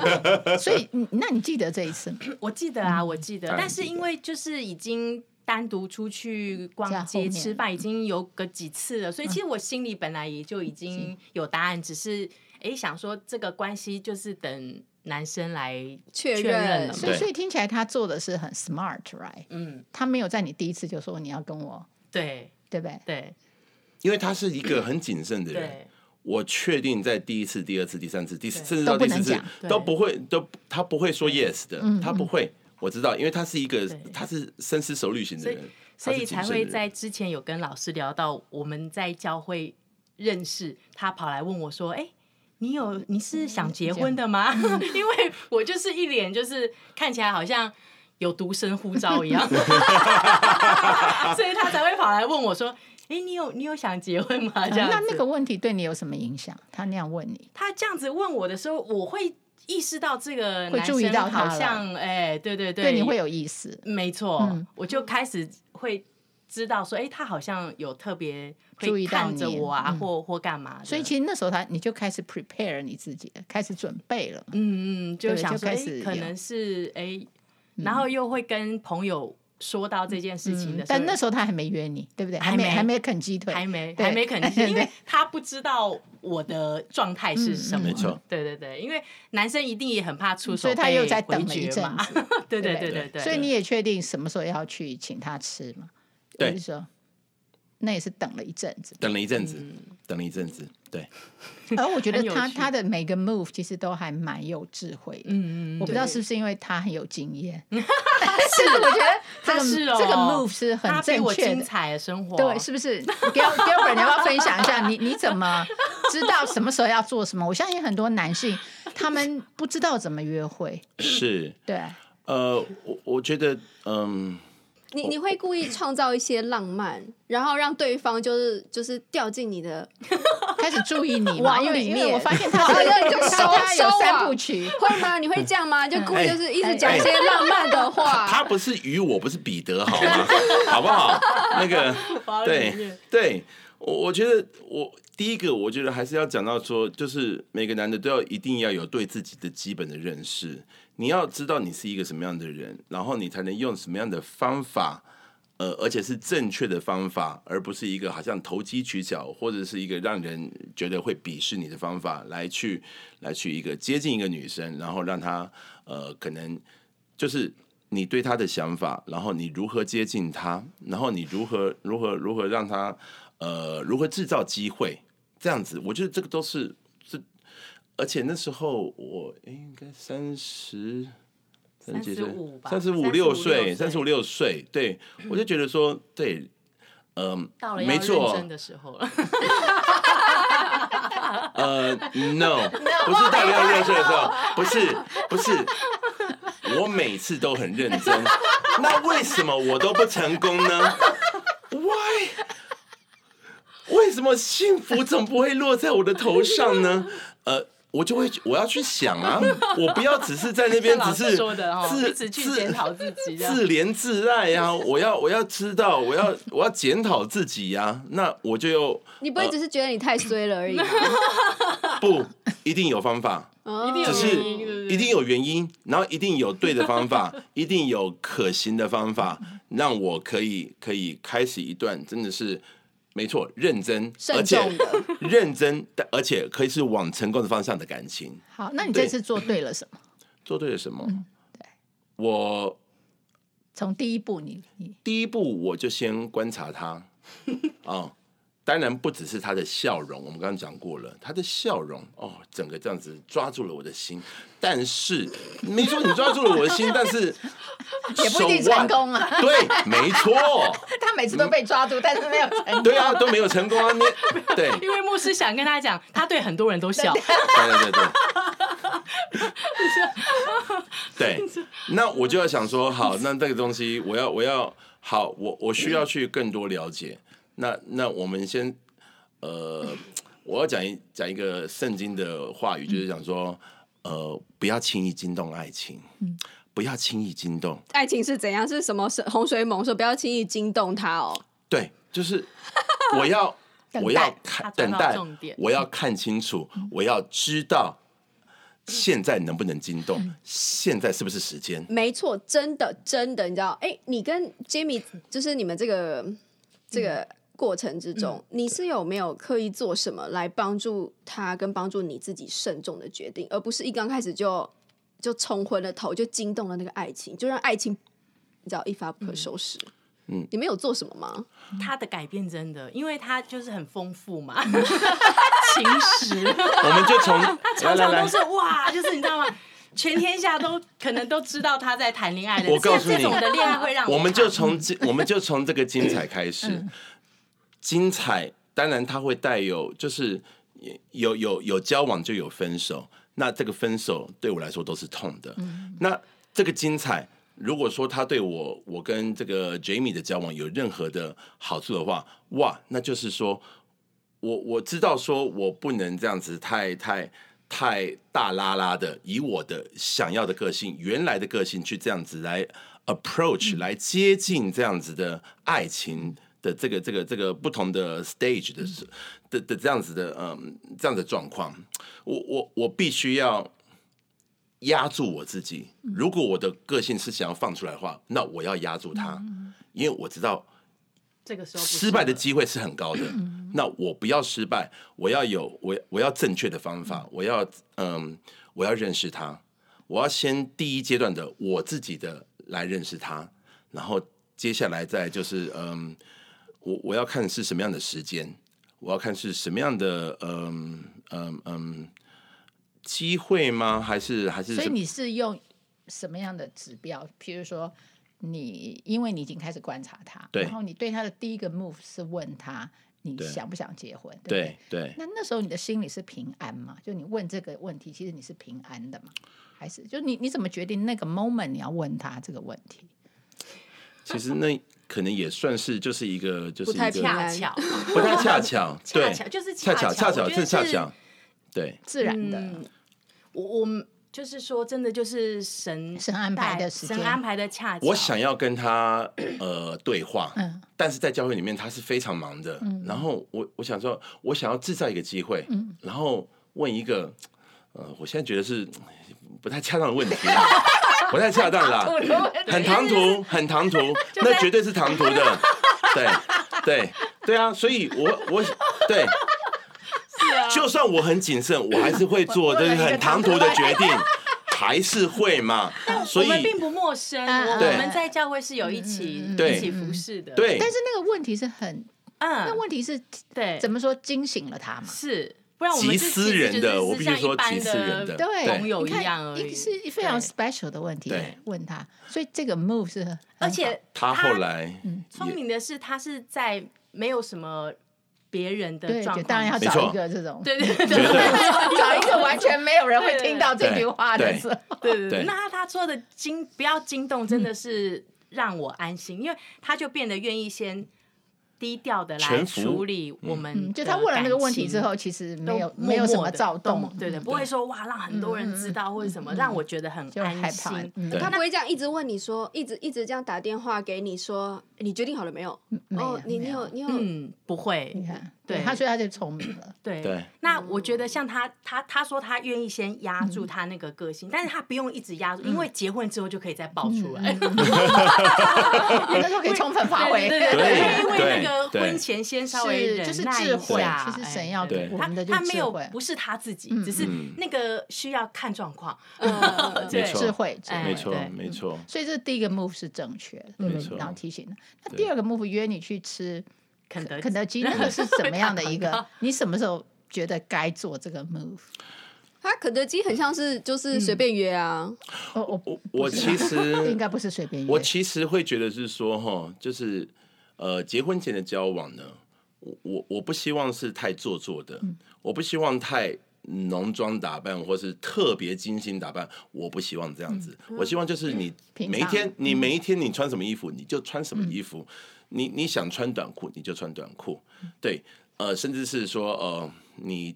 Speaker 5: 所以你那你记得这一次吗？
Speaker 3: 我记得啊，我记得，
Speaker 1: 当然
Speaker 3: 但是因为就是已经单独出去
Speaker 5: 在
Speaker 3: 逛
Speaker 5: 后
Speaker 3: 街
Speaker 5: 面
Speaker 3: 吃饭，已经有个几次了，所以其实我心里本来也就已经有答案，只是哎想说这个关系就是等男生来
Speaker 4: 确
Speaker 3: 确认
Speaker 4: 认
Speaker 3: 了嘛
Speaker 5: 所以
Speaker 1: 对
Speaker 5: 所以听起来他做的是很 smart，right？
Speaker 3: 嗯，
Speaker 5: 他没有在你第一次就说你要跟我，
Speaker 3: 对
Speaker 5: 对不对？
Speaker 3: 对
Speaker 1: 因为他是一个很谨慎的人。
Speaker 3: 对，
Speaker 1: 我确定在第一次、第二次、第三次、第四，甚至
Speaker 5: 都
Speaker 1: 到
Speaker 5: 不
Speaker 1: 第四
Speaker 5: 能
Speaker 1: 次
Speaker 5: 讲
Speaker 3: 对嗯
Speaker 1: 都不会，都他不会说 yes 的，他不会。我知道，因为他是一个
Speaker 3: 对，
Speaker 1: 他是深思熟虑型的人，
Speaker 3: 所
Speaker 1: 他是
Speaker 3: 以才
Speaker 1: 谨慎的
Speaker 3: 会
Speaker 1: 人
Speaker 3: 在之前有跟老师聊到我们在教会认识，他跑来问我说：“哎、你有你是
Speaker 5: 嗯
Speaker 3: 想结婚 的吗？”因为我就是一脸就是看起来好像有独身护照一 样，所以他才会跑来问我说：“哎、你有你有想结婚吗？”这样
Speaker 5: 那
Speaker 3: 子
Speaker 5: 那个问题对你有什么影响？他那样问你，
Speaker 3: 他这样子问我的时候，我会意识到这个
Speaker 5: 会
Speaker 3: 男
Speaker 5: 注意
Speaker 3: 生
Speaker 5: 到他
Speaker 3: 好
Speaker 5: 了
Speaker 3: 像哎、对对对，
Speaker 5: 对你会有意思。
Speaker 3: 没错，
Speaker 5: 嗯
Speaker 3: 我就开始会知道说，哎、他好像有特别
Speaker 5: 注
Speaker 3: 会
Speaker 5: 意到
Speaker 3: 看
Speaker 5: 你
Speaker 3: 着我啊，
Speaker 5: 嗯
Speaker 3: 或或干嘛的。
Speaker 5: 所以其实那时候他你就开始 prepare 你自己了，开始准备了。
Speaker 3: 嗯嗯，就
Speaker 5: 对
Speaker 3: 想
Speaker 5: 就
Speaker 3: 说，
Speaker 5: 开
Speaker 3: 哎、
Speaker 5: 始
Speaker 3: 可
Speaker 5: 有嗯
Speaker 3: 能是哎、然后又会跟朋友说到这件事情的时候，
Speaker 5: 嗯但那时候他还没约你，对不对？
Speaker 3: 还
Speaker 5: 没
Speaker 3: 没
Speaker 5: 还没啃鸡腿，
Speaker 3: 还没
Speaker 5: 对
Speaker 3: 还没肯定，因为
Speaker 5: 对
Speaker 3: 他不知道我的状态是什么。
Speaker 1: 嗯没错，
Speaker 3: 对对对，因为男生一定也很怕出手，
Speaker 5: 嗯所以他又在等了一
Speaker 3: 回
Speaker 5: 阵
Speaker 3: 绝嘛。
Speaker 5: 子。
Speaker 3: 对对
Speaker 5: 对
Speaker 3: 对
Speaker 5: 不
Speaker 3: 对对，
Speaker 5: 所以你也确定什么时候要去请他吃嘛？
Speaker 1: 对。
Speaker 5: 我就说那也是等了一阵子
Speaker 1: 等了一阵子，
Speaker 3: 嗯
Speaker 1: 等了一阵子，对，
Speaker 5: 而我觉得
Speaker 3: 很有
Speaker 5: 他
Speaker 3: 趣
Speaker 5: 他的每个 move 其实都还蛮有智慧的。
Speaker 3: 嗯嗯
Speaker 5: 我
Speaker 3: 嗯，
Speaker 5: 不知道是不是因为他很有经验，
Speaker 4: 是我觉得
Speaker 5: 这个
Speaker 3: 他是哦
Speaker 5: 这个 move 是很
Speaker 3: 他比
Speaker 5: 正
Speaker 3: 我
Speaker 5: 确
Speaker 3: 精
Speaker 5: 的。
Speaker 3: 彩的生活，
Speaker 5: 对，是不 是 Gil- Gilbert？你要不要分享一下你你怎么知道什么时候要做什么？我相信很多男性他们不知道怎么约会，
Speaker 1: 是，
Speaker 5: 对，
Speaker 1: 呃，我我觉得，嗯，
Speaker 4: 你你会故意创造一些浪漫，然后让对方就是就是掉进你的
Speaker 5: 开始注意你嘛，
Speaker 4: 往
Speaker 5: 因为
Speaker 4: 里
Speaker 5: 因为
Speaker 4: 面
Speaker 5: 我发现 他
Speaker 4: 哦对就
Speaker 5: 他
Speaker 4: 收
Speaker 5: 他有
Speaker 4: 收
Speaker 5: 三
Speaker 4: 网
Speaker 5: 部曲，
Speaker 4: 会吗？你会这样 吗？就故意就是一直讲
Speaker 1: 哎
Speaker 4: 一些浪漫的
Speaker 1: 他
Speaker 4: 话，
Speaker 1: 他不是鱼，我不是彼得，好吗？好不好？那个，
Speaker 3: 往里
Speaker 1: 对
Speaker 3: 面
Speaker 1: 对，我我觉得我第一个，我觉得还是要讲到说，就是每个男的都要一定要有对自己的基本的认识，你要知道你是一个什么样的人，然后你才能用什么样的方法。呃，而且是正确的方法，而不是一个好像投机取巧，或者是一个让人觉得会鄙视你的方法来去来去一个接近一个女生，然后让她呃可能就是你对他的想法，然后你如何接近他，然后你如何如何如何让他呃如何制造机会，这样子，我觉得这个都是是，而且那时候我诶应该三十。
Speaker 3: 35吧
Speaker 1: 三十五
Speaker 3: 35
Speaker 1: 六
Speaker 3: 六
Speaker 1: 岁，
Speaker 3: 岁
Speaker 1: 三十五六岁，对我就觉得说，对，嗯、
Speaker 3: 到了要
Speaker 1: 没
Speaker 3: 认
Speaker 1: 错
Speaker 3: 真，的时候了。
Speaker 1: 呃，no，不是大家认识的时候，不是不是，我每次都很认真，那为什么我都不成功呢？Why？为什么幸福总不会落在我的头上呢？呃。我就会，我要去想啊，我不要只是在那边，
Speaker 3: 像老
Speaker 1: 只
Speaker 3: 师
Speaker 1: 是
Speaker 3: 说的哦
Speaker 1: 自
Speaker 3: 一直去
Speaker 1: 自
Speaker 3: 检讨自己这样
Speaker 1: 自怜自爱呀、啊！我要，我要知道，我要，我要检讨自己呀、那我就又
Speaker 4: 你不会只是觉得你太衰了而 已吧，
Speaker 1: 不一定有方法，
Speaker 4: 哦
Speaker 3: 一定有
Speaker 1: 只
Speaker 3: 原
Speaker 5: 嗯
Speaker 3: 因对不
Speaker 1: 是
Speaker 3: 对
Speaker 1: 一定有原因，然后一定有对的方法，一定有可行的方法，让我可以可以开始一段真的是没错认真，而
Speaker 4: 慎
Speaker 1: 且
Speaker 4: 重的
Speaker 1: 认真，但而且可以是往成功的方向的感情。
Speaker 5: 好，那你这
Speaker 1: 对
Speaker 5: 次做对了什么？
Speaker 1: 做对了什么？我
Speaker 5: 从第一步你你
Speaker 1: 第一步我就先观察他，哦，当然不只是他的笑容，我们刚刚讲过了，他的笑容哦，整个这样子抓住了我的心。但是没说你抓住了我的 心，但是
Speaker 2: 也不一定成功啊
Speaker 1: 手腕对，没错，
Speaker 2: 他每次都被抓住，但是没有成功。
Speaker 1: 对啊，都没有成功啊。那对，对
Speaker 3: 因为牧师想跟他讲，他对很多人都笑，
Speaker 1: 对对对。对，那我就要想说，好，那这个东西我要我要好，我我需要去更多了解。那那我们先，呃，我要讲一讲一个圣经的话语，就是讲说，呃，不要轻易惊动爱情，不要轻易惊动，
Speaker 4: 爱情是怎样？是什么？是洪水猛兽，不要轻易惊动它哦。
Speaker 1: 对，就是我要
Speaker 5: 等待
Speaker 1: 我要看
Speaker 3: 他抓
Speaker 1: 等
Speaker 3: 到
Speaker 1: 待
Speaker 3: 重点，嗯
Speaker 1: 我要看清楚，我要知道现在能不能惊动，
Speaker 3: 嗯
Speaker 1: 现在是不是时间？
Speaker 4: 没错，真的真的，你知道？哎，你跟 Jimmy 就是你们这个这个过程之中，你是有没有刻意做什么来帮助他，跟帮助你自己慎重的决定，而不是一刚开始就就冲昏了头，就惊动了那个爱情，就让爱情你知道一发不可收拾？
Speaker 1: 嗯，
Speaker 4: 你们有做什么吗？
Speaker 3: 他的改变真的，因为他就是很丰 富嘛，情史。
Speaker 1: 我们就 从来
Speaker 3: 常
Speaker 1: 来
Speaker 3: 常
Speaker 1: 来
Speaker 3: 都，是哇，就是你知道吗？全天下都可能都知道他在谈恋爱的，
Speaker 1: 我告诉
Speaker 3: 这
Speaker 1: 你
Speaker 3: 这种的恋爱会让
Speaker 1: 我们就
Speaker 3: 看
Speaker 1: 从精，我们就从这个精彩开始。精彩，当然它会带有，就是有有有交往就有分手，那这个分手对我来说都是痛的。那这个精彩，如果说他对我我跟这个 Jamie 的交往有任何的好处的话，哇，那就是说我我知道说我不能这样子太太太大拉拉的，以我的想要的个性、原来的个性去这样子来 approach、来接近这样子的爱情的这个这个这个不同的 stage 的时的的这样子的嗯这样的状况，我我我必须要。压住我自己。如果我的个性是想要放出来的话，那我要压住它，因为我知道
Speaker 3: 这个时候不
Speaker 1: 失败的
Speaker 3: 适合
Speaker 1: 机会是很高的。那我不要失败，我要有我我要正确的方法，我要嗯，我要认识他，我要先第一阶段的我自己的来认识他，然后接下来再就是嗯，我我要看是什么样的时间，我要看是什么样的嗯嗯嗯机会吗？还是还是
Speaker 5: 所以
Speaker 1: 什
Speaker 5: 你是用什么样的指标？譬如说，你因为你已经开始观察他，
Speaker 1: 对
Speaker 5: 然后你对他的第一个 move 是问他你
Speaker 1: 对
Speaker 5: 想不想结婚，对不对
Speaker 1: 对对
Speaker 5: 那那时候你的心里是平安吗？就你问这个问题，其实你是平安的吗？还是就你你怎么决定那个 moment 你要问他这个问题？
Speaker 1: 其实那可能也算是就是一个就是
Speaker 4: 不太
Speaker 1: 一个
Speaker 4: 平衡
Speaker 3: 恰巧，
Speaker 1: 不太恰巧，对，
Speaker 3: 恰巧就是
Speaker 1: 恰巧，恰
Speaker 3: 恰巧
Speaker 1: 巧
Speaker 3: 我觉得
Speaker 1: 是恰
Speaker 3: 是
Speaker 1: 巧，对
Speaker 5: 自然的，
Speaker 3: 嗯我我们就是说，真的就是神
Speaker 5: 神安排的
Speaker 3: 带
Speaker 5: 时
Speaker 3: 神
Speaker 5: 间
Speaker 3: 安排的恰巧。
Speaker 1: 我想要跟他呃对话，
Speaker 5: 嗯
Speaker 1: 但是在教会里面他是非常忙的，然后我我想说，我想要制造一个机会，然后问一个，呃，我现在觉得是不太恰当的问题啦， 不太恰当啦，很唐突，很唐 突，那绝对是唐突 的，对对对啊，所以我我对。就算我很谨慎，啊我还是会做这个很唐突的决定，还是会嘛。所
Speaker 3: 我们
Speaker 1: 以
Speaker 3: 并不陌生，
Speaker 5: 嗯嗯
Speaker 3: 我我
Speaker 1: 对
Speaker 3: 们在教会是有一起
Speaker 5: 嗯嗯嗯
Speaker 1: 对
Speaker 3: 一起服侍的。，
Speaker 1: 对
Speaker 5: 但，是那个问题是很，那
Speaker 3: 嗯，
Speaker 5: 问题是
Speaker 3: 对，
Speaker 5: 怎么说惊醒了他嘛？
Speaker 3: 是？不然我们
Speaker 1: 极
Speaker 3: 就
Speaker 1: 私
Speaker 3: 其实
Speaker 1: 人
Speaker 3: 就
Speaker 1: 的
Speaker 3: 是
Speaker 1: 我必须
Speaker 3: 像一
Speaker 1: 说
Speaker 3: 般嗯
Speaker 1: 极私人的
Speaker 5: 对
Speaker 3: 朋友
Speaker 5: 你
Speaker 3: 一
Speaker 5: 看
Speaker 3: 样而
Speaker 5: 一
Speaker 3: 已，
Speaker 5: 个是非常
Speaker 3: 对
Speaker 5: special 的问题
Speaker 1: 对，
Speaker 5: 问他，所以这个 move 是很，
Speaker 3: 而且
Speaker 1: 他嗯后来
Speaker 3: 聪
Speaker 1: 也
Speaker 3: 明的是，他是在没有什么别人的
Speaker 5: 对，
Speaker 3: 状
Speaker 5: 就
Speaker 3: 况，
Speaker 5: 当然要
Speaker 1: 没错
Speaker 5: 找一个这种，
Speaker 3: 对对对
Speaker 1: 绝对
Speaker 2: 找一个完全没有人会听到这
Speaker 1: 对
Speaker 2: 句话的
Speaker 1: 对
Speaker 2: 时候，
Speaker 3: 对
Speaker 1: 对
Speaker 3: 对。那他说的惊不要惊动，真的是让我安心，因为他就变得愿意先低调的来
Speaker 1: 臣服
Speaker 3: 处理我们、
Speaker 5: 嗯，就他问了那个问题之
Speaker 3: 后。
Speaker 5: 后，其实
Speaker 3: 都
Speaker 5: 没有
Speaker 3: 默默
Speaker 5: 没有什么
Speaker 3: 地
Speaker 5: 躁动
Speaker 3: 都，对对，
Speaker 5: 嗯
Speaker 3: 不会说哇让很多人知道或者什么，让我觉得很
Speaker 5: 就害
Speaker 3: 安
Speaker 5: 怕
Speaker 3: 心。，
Speaker 5: 嗯
Speaker 1: 对
Speaker 4: 他不会这样一直问你说，一直一直这样打电话给你说，你决定好了没有？
Speaker 5: 嗯没
Speaker 4: 哦
Speaker 5: 有，
Speaker 4: 你你
Speaker 5: 没
Speaker 4: 有
Speaker 5: 有，
Speaker 4: 你有
Speaker 3: 嗯，不会
Speaker 5: 你，看，
Speaker 3: 对
Speaker 5: 他所以他就聪明 了，
Speaker 3: 对
Speaker 1: 对
Speaker 3: 那我觉得像他，他他说他愿意先压住
Speaker 5: 嗯
Speaker 3: 他那个个性，但是他不用一直压住，因为结婚之后就可以再爆出来。
Speaker 5: 有的时候可以充分嗯 发挥，
Speaker 3: 对对
Speaker 1: 对
Speaker 3: 因为那个
Speaker 1: 对
Speaker 3: 婚前先稍微
Speaker 5: 是就是
Speaker 3: 忍耐
Speaker 5: 智
Speaker 3: 一
Speaker 5: 慧
Speaker 3: 下
Speaker 5: 其实
Speaker 3: 哎
Speaker 5: 神要
Speaker 3: 对
Speaker 1: 给
Speaker 5: 我
Speaker 3: 他
Speaker 5: 们的就是
Speaker 3: 他没有
Speaker 5: 智慧
Speaker 3: 不是他自己
Speaker 5: 嗯，
Speaker 3: 只是
Speaker 1: 嗯
Speaker 3: 那个需要看状况。
Speaker 4: 嗯
Speaker 3: 对
Speaker 1: 没错
Speaker 5: 智慧，智
Speaker 3: 哎
Speaker 5: 慧
Speaker 1: 没错
Speaker 3: 对
Speaker 5: 嗯
Speaker 1: 没错，
Speaker 5: 所以这第一个 move 是正确的，对不
Speaker 1: 没
Speaker 5: 对
Speaker 1: 错
Speaker 5: 然后提醒他。那
Speaker 1: 对
Speaker 5: 第二个 move 约你去吃
Speaker 2: 肯德
Speaker 5: 肯
Speaker 2: 基
Speaker 5: 德基那个是怎么样的一个？你什么时候觉得该做这个 move？
Speaker 4: 它肯德基很像是就是随便约啊，
Speaker 5: 哦，我
Speaker 1: 我我其
Speaker 5: 应
Speaker 1: 实
Speaker 5: 该不是随便约
Speaker 1: 我其实会觉得是说哈，就是呃，结婚前的交往呢，我我我不希望是太做作的，
Speaker 5: 嗯
Speaker 1: 我不希望太浓妆打扮或是特别精心打扮，我不希望这样子。我希望就是你
Speaker 5: 嗯平
Speaker 1: 每一
Speaker 5: 常嗯
Speaker 1: 天，你每一天你穿什么衣服，你就穿什么衣服。你你想穿短裤，你就穿短裤。
Speaker 5: 嗯
Speaker 1: 对，呃，甚至是说呃，你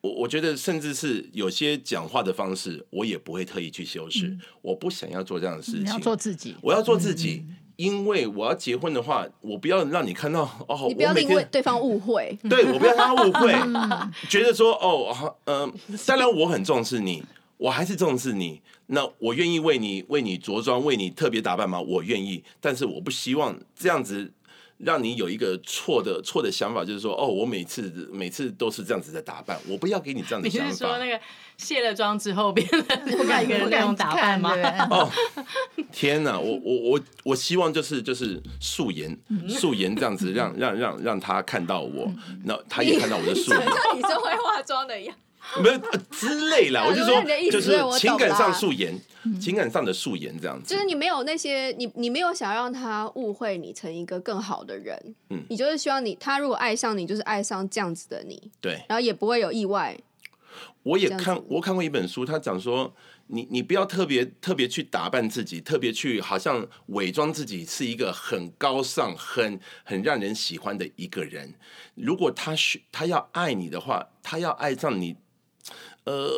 Speaker 1: 我我觉得，甚至是有些讲话的方式，我也不会特意去修饰。我不想要做这样的事情，
Speaker 5: 嗯你要做自己，
Speaker 1: 我要做自己，因为我要结婚的话，我不要让你看到哦，
Speaker 4: 你不要
Speaker 1: 我每
Speaker 4: 令为
Speaker 1: 天
Speaker 4: 对方误 会。
Speaker 1: 对我不要让他误
Speaker 4: 嗯
Speaker 1: 会，觉得说哦，好嗯、当然我很重视你，我还是重视你。那我愿意为你为你着装，为你特别打扮吗？我愿意，但是我不希望这样子让你有一个错的错的想法，就是说哦，我每次每次都是这样子在打扮，我不要给你这样的
Speaker 6: 你
Speaker 1: 想
Speaker 6: 是说
Speaker 1: 法。
Speaker 6: 那个卸了妆之后变得不敢一个人那种打扮吗？
Speaker 1: 哦，天哪！我我我我希望就是就是素颜
Speaker 4: 嗯
Speaker 1: 素颜这样子让，让让让他看到我，那他也看到我的素
Speaker 4: 像
Speaker 1: 颜。
Speaker 4: 女生会化妆的一样，
Speaker 1: 没有呃之类啦，
Speaker 4: 啊
Speaker 1: 我就
Speaker 4: 如
Speaker 1: 说
Speaker 4: 果你的意思
Speaker 1: 就是
Speaker 4: 对我懂
Speaker 1: 情感
Speaker 4: 啦嗯
Speaker 1: 上素颜，情感上的素颜这样子
Speaker 4: 就。是你没有那些，你你没有想让他误会你成一个更好的人，
Speaker 1: 嗯
Speaker 4: 你就是希望你他如果爱上你，就是爱上这样子的你，
Speaker 1: 对，
Speaker 4: 然后也不会有意外。
Speaker 1: 我也
Speaker 4: 这样
Speaker 1: 看
Speaker 4: 子
Speaker 1: 我看过一本书，他讲说，你你不要特别特别去打扮自己，特别去好像伪装自己是一个很高尚、很很让人喜欢的一个人。如果他需他要爱你的话，他要爱上你，呃，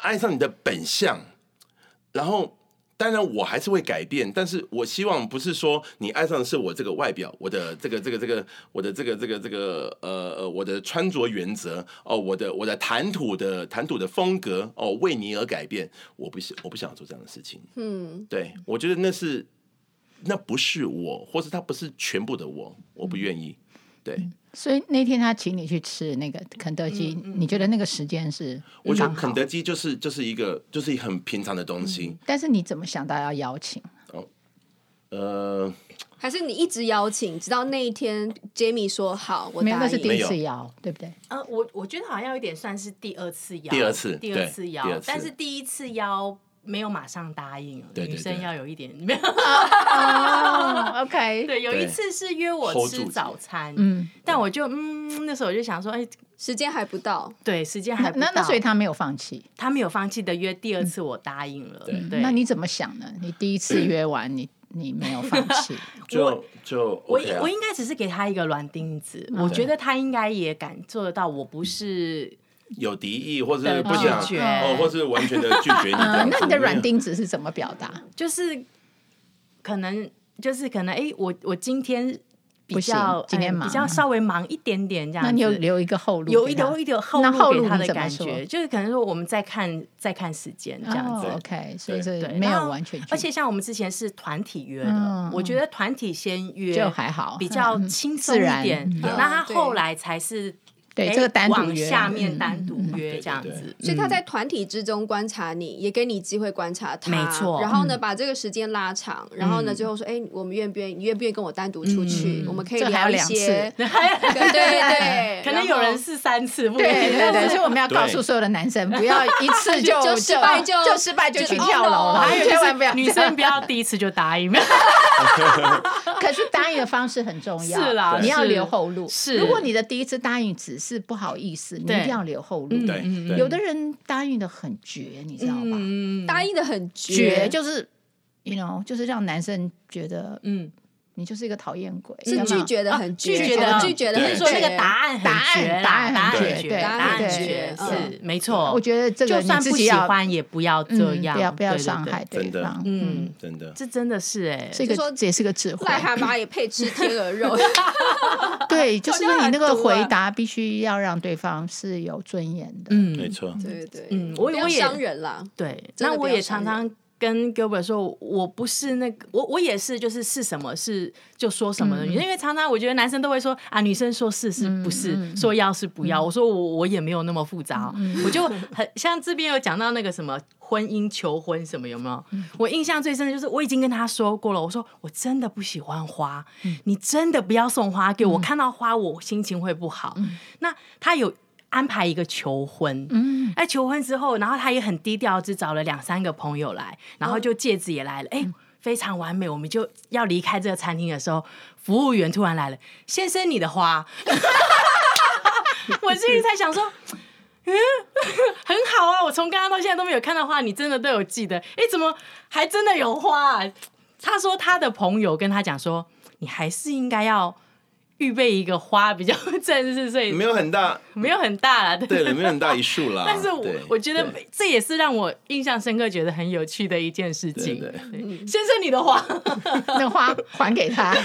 Speaker 1: 爱上你的本相，然后。当然，我还是会改变，但是我希望不是说你爱上的是我这个外表，我的这个这个这个，我的这个这个这个呃呃，我的穿着原则哦，我的我的谈吐的谈吐的风格哦，为你而改变，我不想我不想做这样的事情。
Speaker 4: 嗯，
Speaker 1: 对我觉得那是那不是我，或是他不是全部的我，我不愿意。
Speaker 3: 嗯
Speaker 1: 对，
Speaker 5: 所以那天他请你去吃那个肯德基，你觉得那个时间是
Speaker 1: 我觉得
Speaker 5: 刚好
Speaker 1: 肯德基就是就是一个就是一个很平常的东西。
Speaker 3: 嗯
Speaker 5: 但是你怎么想到要邀请？
Speaker 1: 呃，
Speaker 4: 还是你一直邀请，直到那一天 Jamie 说好，我
Speaker 5: 没有，
Speaker 4: 答
Speaker 5: 那是第
Speaker 4: 应。
Speaker 5: 一次邀，对不对？
Speaker 3: 呃，我我觉得好像有点算是第二次邀，
Speaker 1: 第二次
Speaker 3: 第
Speaker 1: 对
Speaker 3: 二次邀
Speaker 1: 第二次，
Speaker 3: 但是第一次邀没有马上答应，
Speaker 1: 对对
Speaker 3: 女生
Speaker 1: 对
Speaker 3: 要有一点 没有。
Speaker 5: 哦，OK，
Speaker 3: 对，有一
Speaker 1: 对
Speaker 3: 次是约我
Speaker 1: hold 住
Speaker 3: 吃
Speaker 1: 自己
Speaker 3: 早餐，
Speaker 5: 嗯，
Speaker 3: 但我就嗯，那时候我就想说，哎，
Speaker 4: 时间还不到，
Speaker 3: 对，时间
Speaker 5: 那
Speaker 3: 还不
Speaker 5: 那那
Speaker 3: 到
Speaker 5: 所以他没有放弃。
Speaker 3: 他没有放弃的约第二次，我答应了。
Speaker 1: 嗯
Speaker 3: 对，
Speaker 5: 那你怎么想呢？你第一次约完，你你没有放弃，
Speaker 1: 就就
Speaker 3: 我
Speaker 1: OK 啊
Speaker 3: 我应该只是给他一个软钉子，
Speaker 5: 嗯
Speaker 3: 我觉得他应该也感做得到，我不是
Speaker 1: 有敌意，或是
Speaker 3: 的
Speaker 1: 不想
Speaker 3: 拒绝
Speaker 1: 哦，或是完全的拒绝你这样
Speaker 5: 嗯，
Speaker 1: 子。
Speaker 5: 那你的软
Speaker 1: 因为
Speaker 5: 钉子是怎么表达？
Speaker 3: 就是可能就是可能哎，我我今天比
Speaker 5: 不行
Speaker 3: 较
Speaker 5: 今天
Speaker 3: 哎
Speaker 5: 忙
Speaker 3: 比较稍微忙一点点这样子。
Speaker 5: 那你有留一个后路给他？
Speaker 3: 有一点有一点后
Speaker 5: 那后
Speaker 3: 路
Speaker 5: 路
Speaker 3: 给他
Speaker 5: 你
Speaker 3: 的
Speaker 5: 怎么
Speaker 3: 感
Speaker 5: 说
Speaker 3: 觉，就是可能说我们再看再看时间这样子。
Speaker 5: 哦，OK，所以是
Speaker 3: 对，
Speaker 5: 没
Speaker 3: 然
Speaker 5: 有
Speaker 3: 后
Speaker 5: 完全拒，
Speaker 3: 而且像我们之前是团体约
Speaker 5: 嗯
Speaker 3: 的，我觉得团体先约
Speaker 5: 就还好，
Speaker 3: 比较
Speaker 5: 嗯嗯
Speaker 3: 轻松
Speaker 5: 自
Speaker 3: 一
Speaker 5: 然
Speaker 3: 点，
Speaker 5: 嗯
Speaker 3: 那他后来才是
Speaker 5: 对
Speaker 3: 哎
Speaker 5: 这个单独
Speaker 3: 往
Speaker 5: 约
Speaker 3: 下
Speaker 5: 嗯
Speaker 3: 面
Speaker 5: 嗯
Speaker 3: 单独
Speaker 1: 对
Speaker 3: 约
Speaker 1: 对
Speaker 3: 这样
Speaker 1: 对
Speaker 3: 子，
Speaker 4: 所以他在团体之中观察你，也给你机会观察他，
Speaker 3: 没错嗯
Speaker 4: 然后呢，把这个时间拉长，然后呢，最后说，哎，我们愿不愿意？你愿不愿意跟我单独出
Speaker 3: 嗯
Speaker 4: 去？我们可以
Speaker 5: 这还有
Speaker 4: 聊一
Speaker 5: 两次
Speaker 4: 些，对对对，
Speaker 3: 可能有人是三次，不一定
Speaker 5: 对对对，所以我们要
Speaker 1: 对
Speaker 5: 告诉所有的男 生，不要一次就
Speaker 4: 就失败就
Speaker 5: 就失败就
Speaker 4: 就
Speaker 5: 去
Speaker 4: 哦
Speaker 5: 跳楼了，
Speaker 3: 还有就
Speaker 5: 千万不要这
Speaker 3: 是 女
Speaker 5: 样
Speaker 3: 生不要第一次就答应，
Speaker 5: 可是答应的方式很重要，
Speaker 3: 是啦
Speaker 5: 你要
Speaker 3: 是
Speaker 5: 留后路。
Speaker 3: 是
Speaker 5: 如果你的第一次答应只是不好意思，你一
Speaker 3: 对嗯
Speaker 5: 定要留后路。
Speaker 1: 对对
Speaker 5: 有的人答应的很绝，你知道吧？
Speaker 3: 嗯，
Speaker 4: 答应的很绝，
Speaker 5: 绝就是，you know，就是让男生觉得，嗯
Speaker 3: 嗯，
Speaker 5: 你就是一个讨厌鬼，
Speaker 4: 是
Speaker 5: 有没有
Speaker 4: 拒绝的很绝，
Speaker 3: 啊
Speaker 4: 哦
Speaker 3: 拒绝的
Speaker 4: 拒绝的
Speaker 1: 对
Speaker 4: 很
Speaker 3: 说那个
Speaker 4: 绝
Speaker 3: 答案很
Speaker 5: 答案
Speaker 3: 绝啦
Speaker 5: 答案
Speaker 3: 答案
Speaker 5: 很
Speaker 1: 绝
Speaker 3: 很绝，
Speaker 5: 对
Speaker 3: 答案
Speaker 4: 对
Speaker 3: 很绝
Speaker 4: 嗯
Speaker 3: 是没错，
Speaker 5: 我觉得这个
Speaker 3: 就
Speaker 5: 你
Speaker 3: 算
Speaker 5: 自
Speaker 3: 不
Speaker 5: 己
Speaker 3: 喜
Speaker 5: 要
Speaker 3: 欢也不要这
Speaker 5: 嗯
Speaker 3: 样，
Speaker 5: 不要不要
Speaker 3: 对对
Speaker 5: 伤害
Speaker 3: 对
Speaker 5: 对
Speaker 1: 真的
Speaker 5: 方，
Speaker 3: 嗯，
Speaker 1: 真的
Speaker 3: 这真的是哎，
Speaker 5: 这个
Speaker 4: 就说
Speaker 5: 这也是个智慧。
Speaker 4: 癞蛤蟆也配吃天鹅 肉，
Speaker 5: 对，就是
Speaker 4: 好像
Speaker 5: 你那个
Speaker 4: 很毒啊
Speaker 5: 回答必须要让对方是有尊严的。
Speaker 3: 嗯
Speaker 1: 没错，
Speaker 4: 对对，
Speaker 3: 嗯，我
Speaker 4: 不
Speaker 3: 也
Speaker 4: 要
Speaker 3: 我也
Speaker 4: 伤人啦。
Speaker 3: 对，
Speaker 4: 真的
Speaker 3: 那
Speaker 4: 不
Speaker 3: 我
Speaker 4: 要
Speaker 3: 也
Speaker 4: 伤
Speaker 3: 常常跟 Gilbert 说，我不是那个，我我也是，就是是什么是就说什么
Speaker 4: 嗯
Speaker 3: 的女生，因为常常我觉得男生都会说啊，女生说是是不是，
Speaker 4: 嗯
Speaker 3: 说要是不要，我说我我也没有那么复杂哦、我就很像这边有讲到那个什么婚姻求婚什么有没有？
Speaker 4: 嗯
Speaker 3: 我印象最深的就是我已经跟他说过了，我说我真的不喜欢花，
Speaker 4: 嗯
Speaker 3: 你真的不要送花给我，我看到花我心情会不好。
Speaker 4: 嗯
Speaker 3: 那他有。安排一个求婚，嗯，哎，求婚之后，然后他也很低调，只找了两三个朋友来，然后就戒指也来了，哎、非常完美。我们就要离开这个餐厅的时候，服务员突然来了，先生，你的花。我心里才想说，嗯，很好啊，我从刚刚到现在都没有看到花，你真的都有记得，哎，怎么还真的有花、啊？他说他的朋友跟他讲说，你还是应该要。预备一个花比较正式，所以
Speaker 1: 没有很大，
Speaker 3: 没有很大啦，对
Speaker 1: 对了，没有很大一束啦。
Speaker 3: 但是我
Speaker 1: 对
Speaker 3: 我觉得
Speaker 1: 对
Speaker 3: 这也是让我印象深刻、觉得很有趣的一件事情。
Speaker 1: 对对
Speaker 3: 对先生，你的花
Speaker 5: 那花还给他，
Speaker 1: 对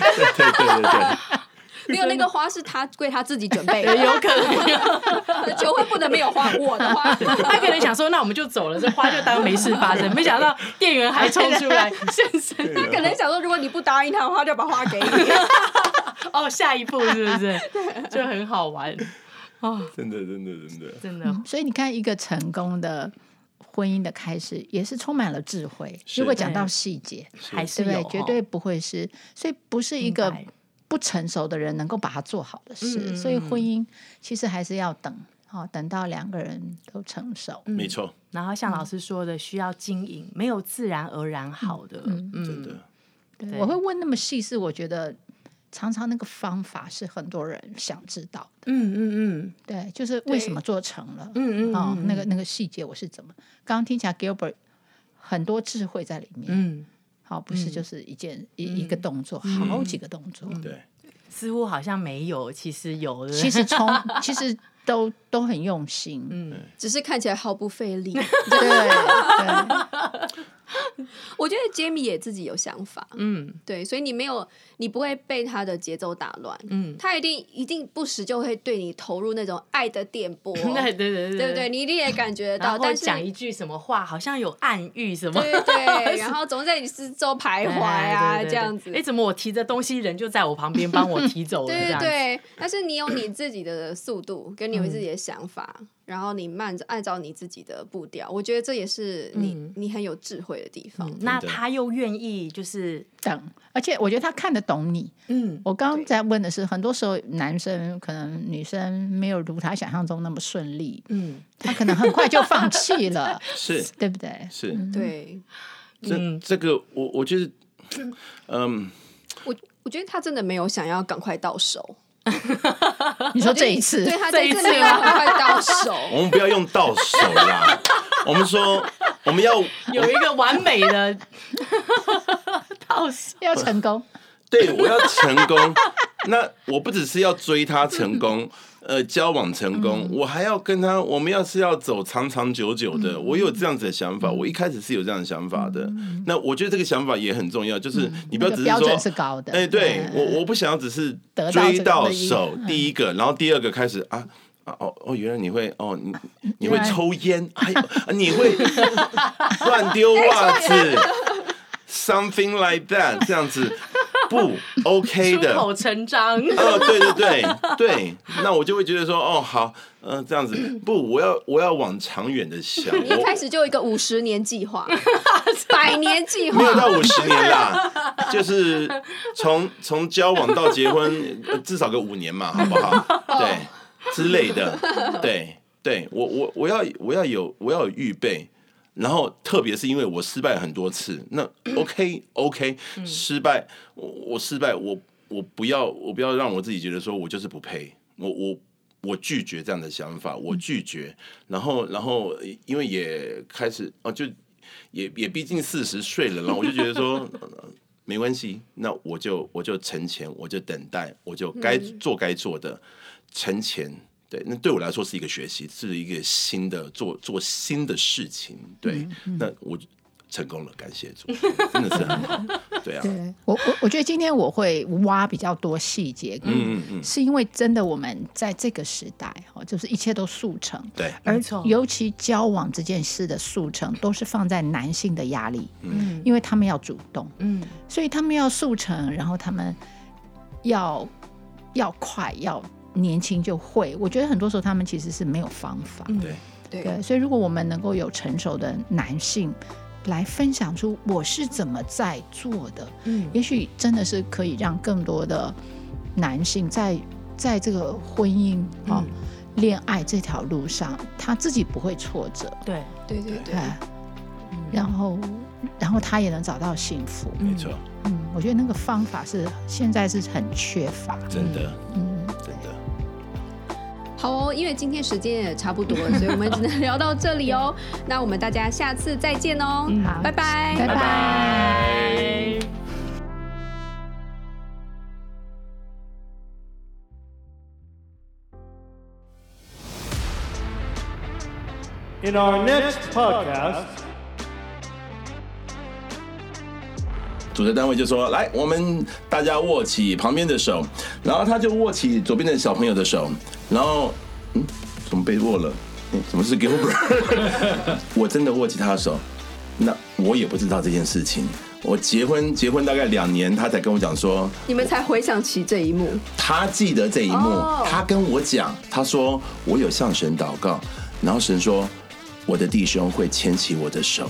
Speaker 1: 对对对对，
Speaker 4: 没有那个花是他为他自己准备 的，
Speaker 3: 有可能，
Speaker 4: 求婚不能没有花，我的 花。
Speaker 3: 他可能想说，那我们就走了，这花就当没事发生。没想到店员还冲出 来，先生，
Speaker 4: 他可能想说，如果你不答应他的话，就把花给你。
Speaker 3: 哦，下一步是不是？就很好玩，
Speaker 1: 真的真的真的
Speaker 3: 真的。
Speaker 5: 所以你看，一个成功的婚姻的开始，也是充满了智慧。
Speaker 1: 是
Speaker 5: 如果讲到细节，
Speaker 3: 还是
Speaker 5: 对不对
Speaker 3: 有哦，
Speaker 5: 绝对不会是，所以不是一个
Speaker 3: 明白
Speaker 5: 不成熟的人能够把它做好的事。
Speaker 3: 嗯嗯
Speaker 5: 所以婚姻其实还是要等，哦，等到两个人都成熟。
Speaker 3: 嗯
Speaker 1: 没错，
Speaker 3: 然后像老师说的，需要经营，没有自然而然好的，
Speaker 1: 真
Speaker 3: 嗯，
Speaker 1: 的
Speaker 5: 对
Speaker 3: 对
Speaker 5: 我会问那么细，是我觉得常常那个方法是很多人想知道的。
Speaker 3: 嗯嗯嗯
Speaker 5: 对，就是为什么做成了？
Speaker 3: 嗯嗯
Speaker 5: 哦，那个那个细节我是怎么？刚刚听起来 Gilbert 很多智慧在里面。
Speaker 3: 嗯。
Speaker 5: 好，不是就是一件、一一个动作，好几个动
Speaker 3: 嗯
Speaker 5: 作，
Speaker 1: 对，
Speaker 3: 似乎好像没有，其实有的。
Speaker 5: 其 实从其实都都很用心，
Speaker 3: 嗯，
Speaker 4: 只是看起来毫不 费力。
Speaker 5: 对对，
Speaker 4: 我觉得 Jamie 也自己有想法，
Speaker 3: 嗯
Speaker 4: 对，所以你没有，你不会被他的节奏打乱，
Speaker 3: 嗯，
Speaker 4: 他一定一定不时就会对你投入那种爱的电 波，
Speaker 3: 对对对
Speaker 4: 对不对？？你一定也感觉
Speaker 3: 然
Speaker 4: 到，
Speaker 3: 后
Speaker 4: 呃但是
Speaker 3: 讲一句什么话，好像有暗喻什么。
Speaker 4: 对对，然后总在你四周徘徊啊，
Speaker 3: 哎对对对
Speaker 4: 这样子
Speaker 3: 哎，。怎么我提着东西，人就在我旁边帮我提走了？
Speaker 4: 对
Speaker 3: 这
Speaker 4: 对
Speaker 3: 样子。
Speaker 4: 对，但是你有你自己的速 度，跟你有自己的想法，然后你慢着按照你自己的步调，我觉得这也是你、
Speaker 3: 嗯
Speaker 4: 你很有智慧的地方。
Speaker 3: 那
Speaker 1: 真的
Speaker 3: 他又愿意，就是
Speaker 5: 等。而且我觉得他看得懂你。
Speaker 3: 嗯，
Speaker 5: 我刚刚在问的是，很多时候男生可能女生没有如他想象中那么顺利，
Speaker 3: 嗯，
Speaker 5: 他可能很快就放弃了，
Speaker 1: 是
Speaker 5: 对不对？
Speaker 1: 是，
Speaker 3: 嗯
Speaker 4: 对，
Speaker 1: 这这个我我就是，嗯，
Speaker 4: 我我觉得他真的没有想要赶快到手，
Speaker 5: 你说这一次
Speaker 4: 对他
Speaker 3: 这
Speaker 4: 这
Speaker 3: 一
Speaker 4: 一次
Speaker 3: 次
Speaker 4: 没有
Speaker 3: 吗
Speaker 4: 赶快到手。
Speaker 1: 我们不要用到手 啦，我们说我们要
Speaker 3: 嗯有一个完美 的到手。
Speaker 5: 要成功，
Speaker 1: 对，我要成功。 那我不只是要追他成功， 呃，交往成
Speaker 5: 嗯
Speaker 1: 功，我还要跟他，我们要是要走长长久久的。
Speaker 5: 嗯
Speaker 1: 我有这样子的想法，我一开始是有这样的想法的。那我觉得这个想法也很重要，就是你不
Speaker 5: 嗯那
Speaker 1: 要只是
Speaker 5: 个标
Speaker 1: 说
Speaker 5: 准，是高的。
Speaker 1: 哎，对
Speaker 5: 嗯
Speaker 1: 我我不想要只是
Speaker 5: 得到
Speaker 1: 追
Speaker 5: 这个嗯
Speaker 1: 到
Speaker 5: 利益
Speaker 1: 手第一个，然后第二个开始啊。啊哦哦，原来你会哦，你你会
Speaker 5: 啊原来
Speaker 1: 抽烟，还有啊你 会乱丢袜子，something like that，这样子 不 OK
Speaker 3: 出
Speaker 1: 的。
Speaker 3: 口成 章，
Speaker 1: 哦，对对对对，那我就会觉得说，哦，好，嗯、这样子不，我要我要往长远的想，
Speaker 4: 你一
Speaker 1: 我
Speaker 4: 开始就有一个五十年计划，百年计
Speaker 1: 没有
Speaker 4: 划，
Speaker 1: 到五十年啦， 就是从从交往到结婚，呃至少个五年嘛，好不好？ 对，之类的，对，对我我我要我要有我要有预备，然后特别是因为我失败很多次， 那 OK OK，失败我我失败我我不要我不要让我自己觉得说我就是不配，我我。我拒绝这样的想法，我拒绝。然后，然后，呃因为也开始哦、就也也毕竟四十岁了，然后我就觉得说。呃没关系，那我就我就存钱，我就等待，我就该做该做的，存钱。对，那对我来说是一个学习，是一个新的做做新的事情。对，那我成功了，感谢主，真的是很好。对啊，
Speaker 5: 对我我我觉得今天我会挖比较多细节，
Speaker 1: 嗯嗯嗯，
Speaker 5: 是因为真的我们在这个时代哦，就是一切都速成，
Speaker 1: 对，
Speaker 5: 而
Speaker 6: 没错
Speaker 5: 尤其交往这件事的速成，都是放在男性的压力，
Speaker 1: 嗯，
Speaker 5: 因为他们要主动，
Speaker 6: 嗯，
Speaker 5: 所以他们要速成，然后他们要要快，要年轻就会。我觉得很多时候他们其实是没有方法，
Speaker 6: 嗯
Speaker 1: 对，
Speaker 4: 对
Speaker 5: 对，所以如果我们能够有成熟的男性来分享出我是怎么在做的，
Speaker 6: 嗯
Speaker 5: 也许真的是可以让更多的男性在在这个婚姻啊、哦恋爱这条路上，他自己不会挫折，
Speaker 6: 对，
Speaker 4: 对对对，
Speaker 5: 哎然后然后他也能找到幸福。
Speaker 1: 没错，
Speaker 5: 嗯，我觉得那个方法是现在是很缺乏。
Speaker 1: 真的
Speaker 5: 嗯，
Speaker 1: 真的。
Speaker 4: 好哦，因为今天时间也差不多了，所以我们只能聊到这里哦。那我们大家下次再见哦，
Speaker 5: 好
Speaker 4: 拜拜，
Speaker 5: 拜拜
Speaker 4: 嗯
Speaker 6: 拜。
Speaker 7: In our next podcast,
Speaker 1: 主持单位就说：“来，我们大家握起旁边的手。”然后他就握起左边的小朋友的手，然后嗯，怎么被握了？哎，怎么是 Gilbert？我真的握起他的手，那我也不知道这件事情。我结婚结婚大概两年，他才跟我讲说，
Speaker 4: 你们才回想起这一幕，
Speaker 1: 他记得这一幕，
Speaker 4: 哦
Speaker 1: 他跟我讲，他说我有向神祷告，然后神说我的弟兄会牵起我的手，